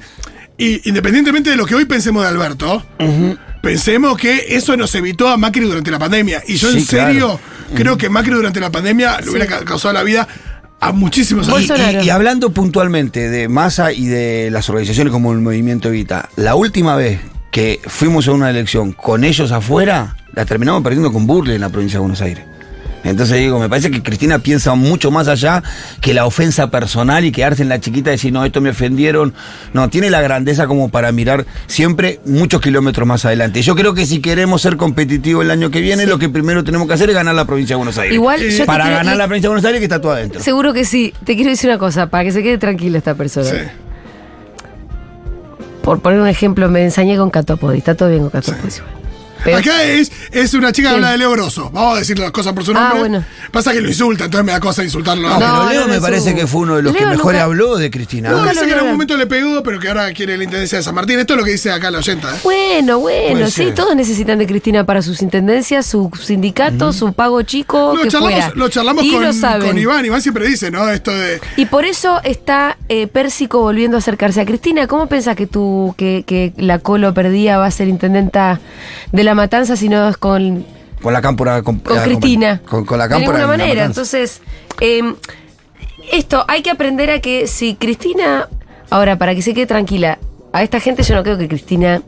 Speaker 4: Y independientemente de lo que hoy pensemos de Alberto, pensemos que eso nos evitó a Macri durante la pandemia. Y yo,
Speaker 3: Sí,
Speaker 4: en serio,
Speaker 3: claro.
Speaker 4: creo que Macri durante la pandemia le hubiera ca- causado la vida a muchísimos
Speaker 3: Y-
Speaker 4: amigos.
Speaker 1: Bolsonaro.
Speaker 3: Y, y hablando puntualmente de masa y de las organizaciones como el Movimiento Evita, la última vez que fuimos a una elección con ellos afuera, la terminamos perdiendo con Burle en la provincia de Buenos Aires. Entonces digo, me parece que Cristina piensa mucho más allá que la ofensa personal y quedarse en la chiquita y decir, no, esto me ofendieron. No, tiene la grandeza como para mirar siempre muchos kilómetros más adelante. Yo creo que si queremos ser competitivos el año que viene, lo que primero tenemos que hacer es ganar la provincia de Buenos Aires.
Speaker 1: Igual, yo te
Speaker 3: para
Speaker 1: quiero-
Speaker 3: ganar la provincia de Buenos Aires que está todo adentro.
Speaker 1: Seguro que sí. Te quiero decir una cosa, para que se quede tranquila esta persona.
Speaker 4: Sí.
Speaker 1: Por poner un ejemplo, me ensañé con Catopodis, está todo bien con Catopodis. igual. Pero-
Speaker 4: Acá es, es una chica que
Speaker 1: ¿Quién?
Speaker 4: habla de Leo Grosso. Vamos a decir las cosas por su
Speaker 1: Ah,
Speaker 4: nombre.
Speaker 1: bueno.
Speaker 4: Pasa que lo insulta, entonces me da cosa insultarlo.
Speaker 3: No,
Speaker 1: No,
Speaker 3: pero Leo
Speaker 1: no,
Speaker 3: me
Speaker 1: no,
Speaker 3: parece
Speaker 1: seguro.
Speaker 3: que fue uno de los que
Speaker 1: Leo
Speaker 3: mejor
Speaker 1: nunca-
Speaker 3: habló de Cristina.
Speaker 4: No,
Speaker 1: Nunca
Speaker 4: parece
Speaker 1: lo
Speaker 4: que en
Speaker 1: logran.
Speaker 4: algún momento le pegó, pero que ahora quiere la intendencia de San Martín. Esto es lo que dice acá la oyenta. ¿eh?
Speaker 1: Bueno, bueno,
Speaker 3: Puede
Speaker 1: sí,
Speaker 3: ser.
Speaker 1: todos necesitan de Cristina para sus intendencias, su sindicato, su pago chico,
Speaker 4: Lo
Speaker 1: Oh, que
Speaker 4: charlamos,
Speaker 1: fuera.
Speaker 4: lo charlamos
Speaker 1: y
Speaker 4: con,
Speaker 1: lo saben.
Speaker 4: con Iván. Iván siempre dice, ¿no? Esto de.
Speaker 1: Y por eso está eh, Pérsico volviendo a acercarse a Cristina. ¿Cómo pensás que tú, que, que la Colo perdía va a ser intendenta de la matanza si no es con,
Speaker 3: Con la cámpora. Con,
Speaker 1: con
Speaker 3: la-
Speaker 1: Cristina?
Speaker 3: Con, con la
Speaker 1: De ninguna
Speaker 3: cámpora. en la
Speaker 1: manera.
Speaker 3: matanza.
Speaker 1: Entonces, eh, esto, hay que aprender a que si Cristina. Ahora, para que se quede tranquila, a esta gente yo no creo que Cristina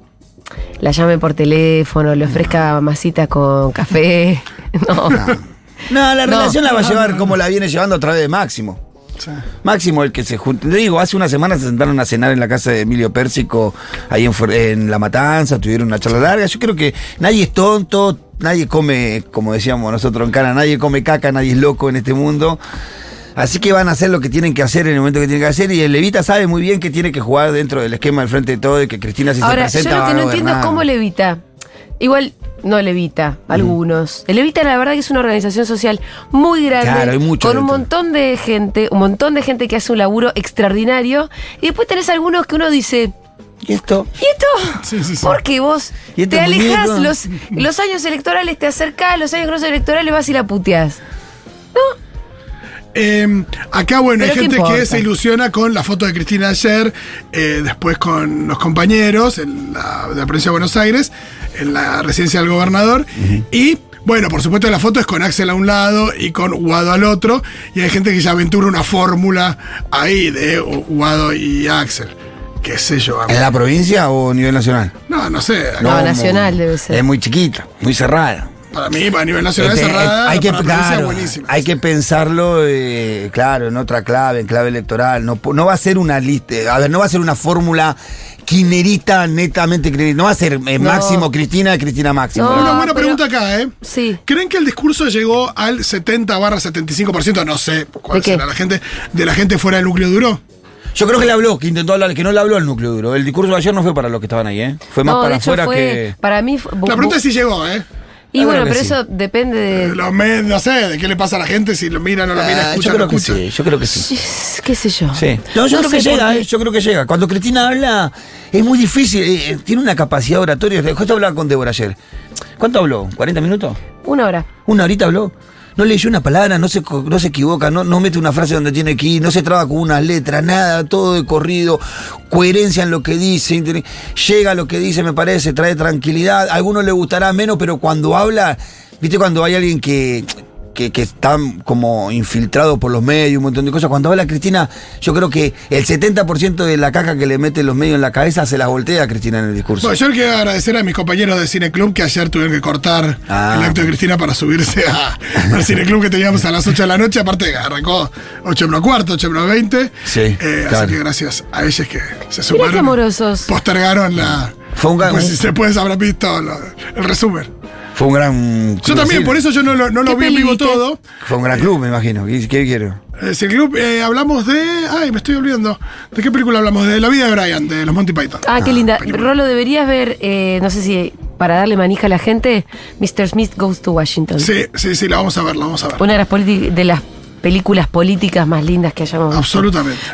Speaker 1: la llame por teléfono, le ofrezca masita con café. (laughs) No.
Speaker 3: No, la
Speaker 1: No.
Speaker 3: relación la va a llevar como la viene llevando a través de Máximo. Máximo, el que se junta. Digo, hace una semana se sentaron a cenar en la casa de Emilio Pérsico, ahí en, Fuer- en La Matanza, tuvieron una charla larga. Yo creo que nadie es tonto, nadie come, como decíamos nosotros en Cana, nadie come caca, nadie es loco en este mundo. Así que van a hacer lo que tienen que hacer en el momento que tienen que hacer. Y el Levita sabe muy bien que tiene que jugar dentro del esquema del frente de todo y que Cristina, si
Speaker 1: Ahora,
Speaker 3: se
Speaker 1: yo
Speaker 3: presenta,
Speaker 1: lo
Speaker 3: va
Speaker 1: que
Speaker 3: a
Speaker 1: no entiendo es
Speaker 3: gobernar.
Speaker 1: cómo Levita. Igual no Levita,
Speaker 3: Mm.
Speaker 1: algunos. El Levita, la verdad, que es una organización social muy grande.
Speaker 3: Claro, hay mucho
Speaker 1: Con un
Speaker 3: dentro.
Speaker 1: montón de gente, un montón de gente que hace un laburo extraordinario. Y después tenés algunos que uno dice.
Speaker 3: Y esto.
Speaker 1: ¿Y esto?
Speaker 4: Sí, sí, sí.
Speaker 1: Porque vos
Speaker 3: ¿Y este
Speaker 1: te alejas
Speaker 3: muñeco?
Speaker 1: los, los años electorales, te acercás, los años no son electorales vas y la puteás.
Speaker 4: Eh, acá, bueno, hay
Speaker 1: Pero ¿qué
Speaker 4: gente que
Speaker 1: importa?
Speaker 4: se ilusiona con la foto de Cristina ayer, eh, después con los compañeros en la, de la provincia de Buenos Aires, en la residencia del gobernador. Y, bueno, por supuesto, la foto es con Axel a un lado y con Guado al otro. Y hay gente que ya aventura una fórmula ahí de Guado y Axel. ¿Qué sé yo?
Speaker 3: ¿En la provincia o a nivel nacional?
Speaker 4: No, no sé.
Speaker 1: No,
Speaker 3: mu-
Speaker 1: nacional debe ser.
Speaker 3: Es muy chiquita, muy cerrada.
Speaker 4: Para mí, a nivel nacional
Speaker 3: Este,
Speaker 4: cerrada,
Speaker 3: eh, hay que,
Speaker 4: para la provincia,
Speaker 3: claro,
Speaker 4: buenísima.
Speaker 3: hay que pensarlo, eh, claro, en otra clave, en clave electoral. No, po- no va a ser una lista, a ver, no va a ser una fórmula quinerita, netamente quinerita. No va a ser eh,
Speaker 1: No.
Speaker 3: Máximo Cristina, Cristina Máximo.
Speaker 1: No.
Speaker 4: Una
Speaker 1: Ah,
Speaker 4: buena
Speaker 1: pero-
Speaker 4: pregunta acá, ¿eh?
Speaker 1: Sí.
Speaker 4: ¿Creen que el discurso llegó al 70 barra 75%? No sé cuál
Speaker 1: ¿De qué?
Speaker 4: será la gente, de la gente fuera del núcleo duro.
Speaker 3: Yo creo que le habló, que intentó hablar, que no le habló al núcleo duro. El discurso de ayer no fue para los que estaban ahí, ¿eh? Fue más
Speaker 1: No,
Speaker 3: para
Speaker 1: de hecho
Speaker 3: afuera
Speaker 1: fue,
Speaker 3: que.
Speaker 1: Para mí... fu- bu-
Speaker 4: La
Speaker 1: bu-
Speaker 4: pregunta
Speaker 1: Eh.
Speaker 4: es si Eh, llegó, ¿eh?
Speaker 1: Y
Speaker 3: Yo
Speaker 1: bueno,
Speaker 3: creo
Speaker 1: pero
Speaker 3: que sí.
Speaker 1: eso depende de...
Speaker 4: Los me- no sé, de qué le pasa a la gente, si lo mira o no lo mira,
Speaker 3: Ah, yo
Speaker 4: escucha o no
Speaker 3: creo que
Speaker 4: escucha.
Speaker 3: sí, yo creo que sí.
Speaker 1: qué sé yo.
Speaker 3: Sí. No, yo
Speaker 1: No
Speaker 3: creo que
Speaker 1: sé por
Speaker 3: llega,
Speaker 1: qué.
Speaker 3: eh, yo creo que llega. Cuando Cristina habla, es muy difícil, eh, eh, tiene una capacidad oratoria. Justo hablaba con Débora ayer. ¿Cuánto habló? ¿40 minutos?
Speaker 1: Una hora.
Speaker 3: ¿Una horita habló? No leyó una palabra, no se, co- no se equivoca, no, no mete una frase donde tiene que ir, no se traba con unas letras, nada, todo de corrido, coherencia en lo que dice, inte- llega a lo que dice, me parece, trae tranquilidad. A algunos le gustará menos, pero cuando habla, viste, cuando hay alguien que, que, que está como infiltrado por los medios, un montón de cosas, cuando habla Cristina, yo creo que el 70% de la caca que le meten los medios en la cabeza se la voltea a Cristina en el discurso.
Speaker 4: Bueno, yo quiero agradecer a mis compañeros de Cineclub que ayer tuvieron que cortar
Speaker 3: Ah.
Speaker 4: el acto de Cristina para subirse a- al Cineclub que teníamos a las 8 de la noche. Aparte, arrancó 8 menos cuarto, 8 menos 20.
Speaker 3: Sí,
Speaker 4: Eh,
Speaker 3: claro.
Speaker 4: Así que gracias a ellos que se
Speaker 1: Mira
Speaker 4: sumaron.
Speaker 1: qué amorosos.
Speaker 4: Postergaron la.
Speaker 3: Fue un ga-
Speaker 4: Pues
Speaker 3: un-
Speaker 4: si se puede, habrán visto lo- el resumen.
Speaker 3: Fue un gran...
Speaker 4: Yo también, por eso yo no lo, no
Speaker 1: ¿Qué
Speaker 4: lo vi en
Speaker 1: peli
Speaker 4: vivo
Speaker 1: viste?
Speaker 4: todo.
Speaker 3: Fue un gran club, me imagino. ¿Qué, qué quiero?
Speaker 4: El Cineclub, eh, hablamos de. Ay, me estoy olvidando. ¿De qué película hablamos? De La vida de Brian, de los Monty Python.
Speaker 1: Ah, qué linda.
Speaker 4: película.
Speaker 1: Rolo, deberías ver, eh, no sé si para darle manija a la gente, Mr. Smith Goes to Washington.
Speaker 4: Sí, sí, sí, la vamos a ver, la vamos a ver.
Speaker 1: Una de las, politi- de las películas políticas más lindas que hayamos visto.
Speaker 4: Absolutamente.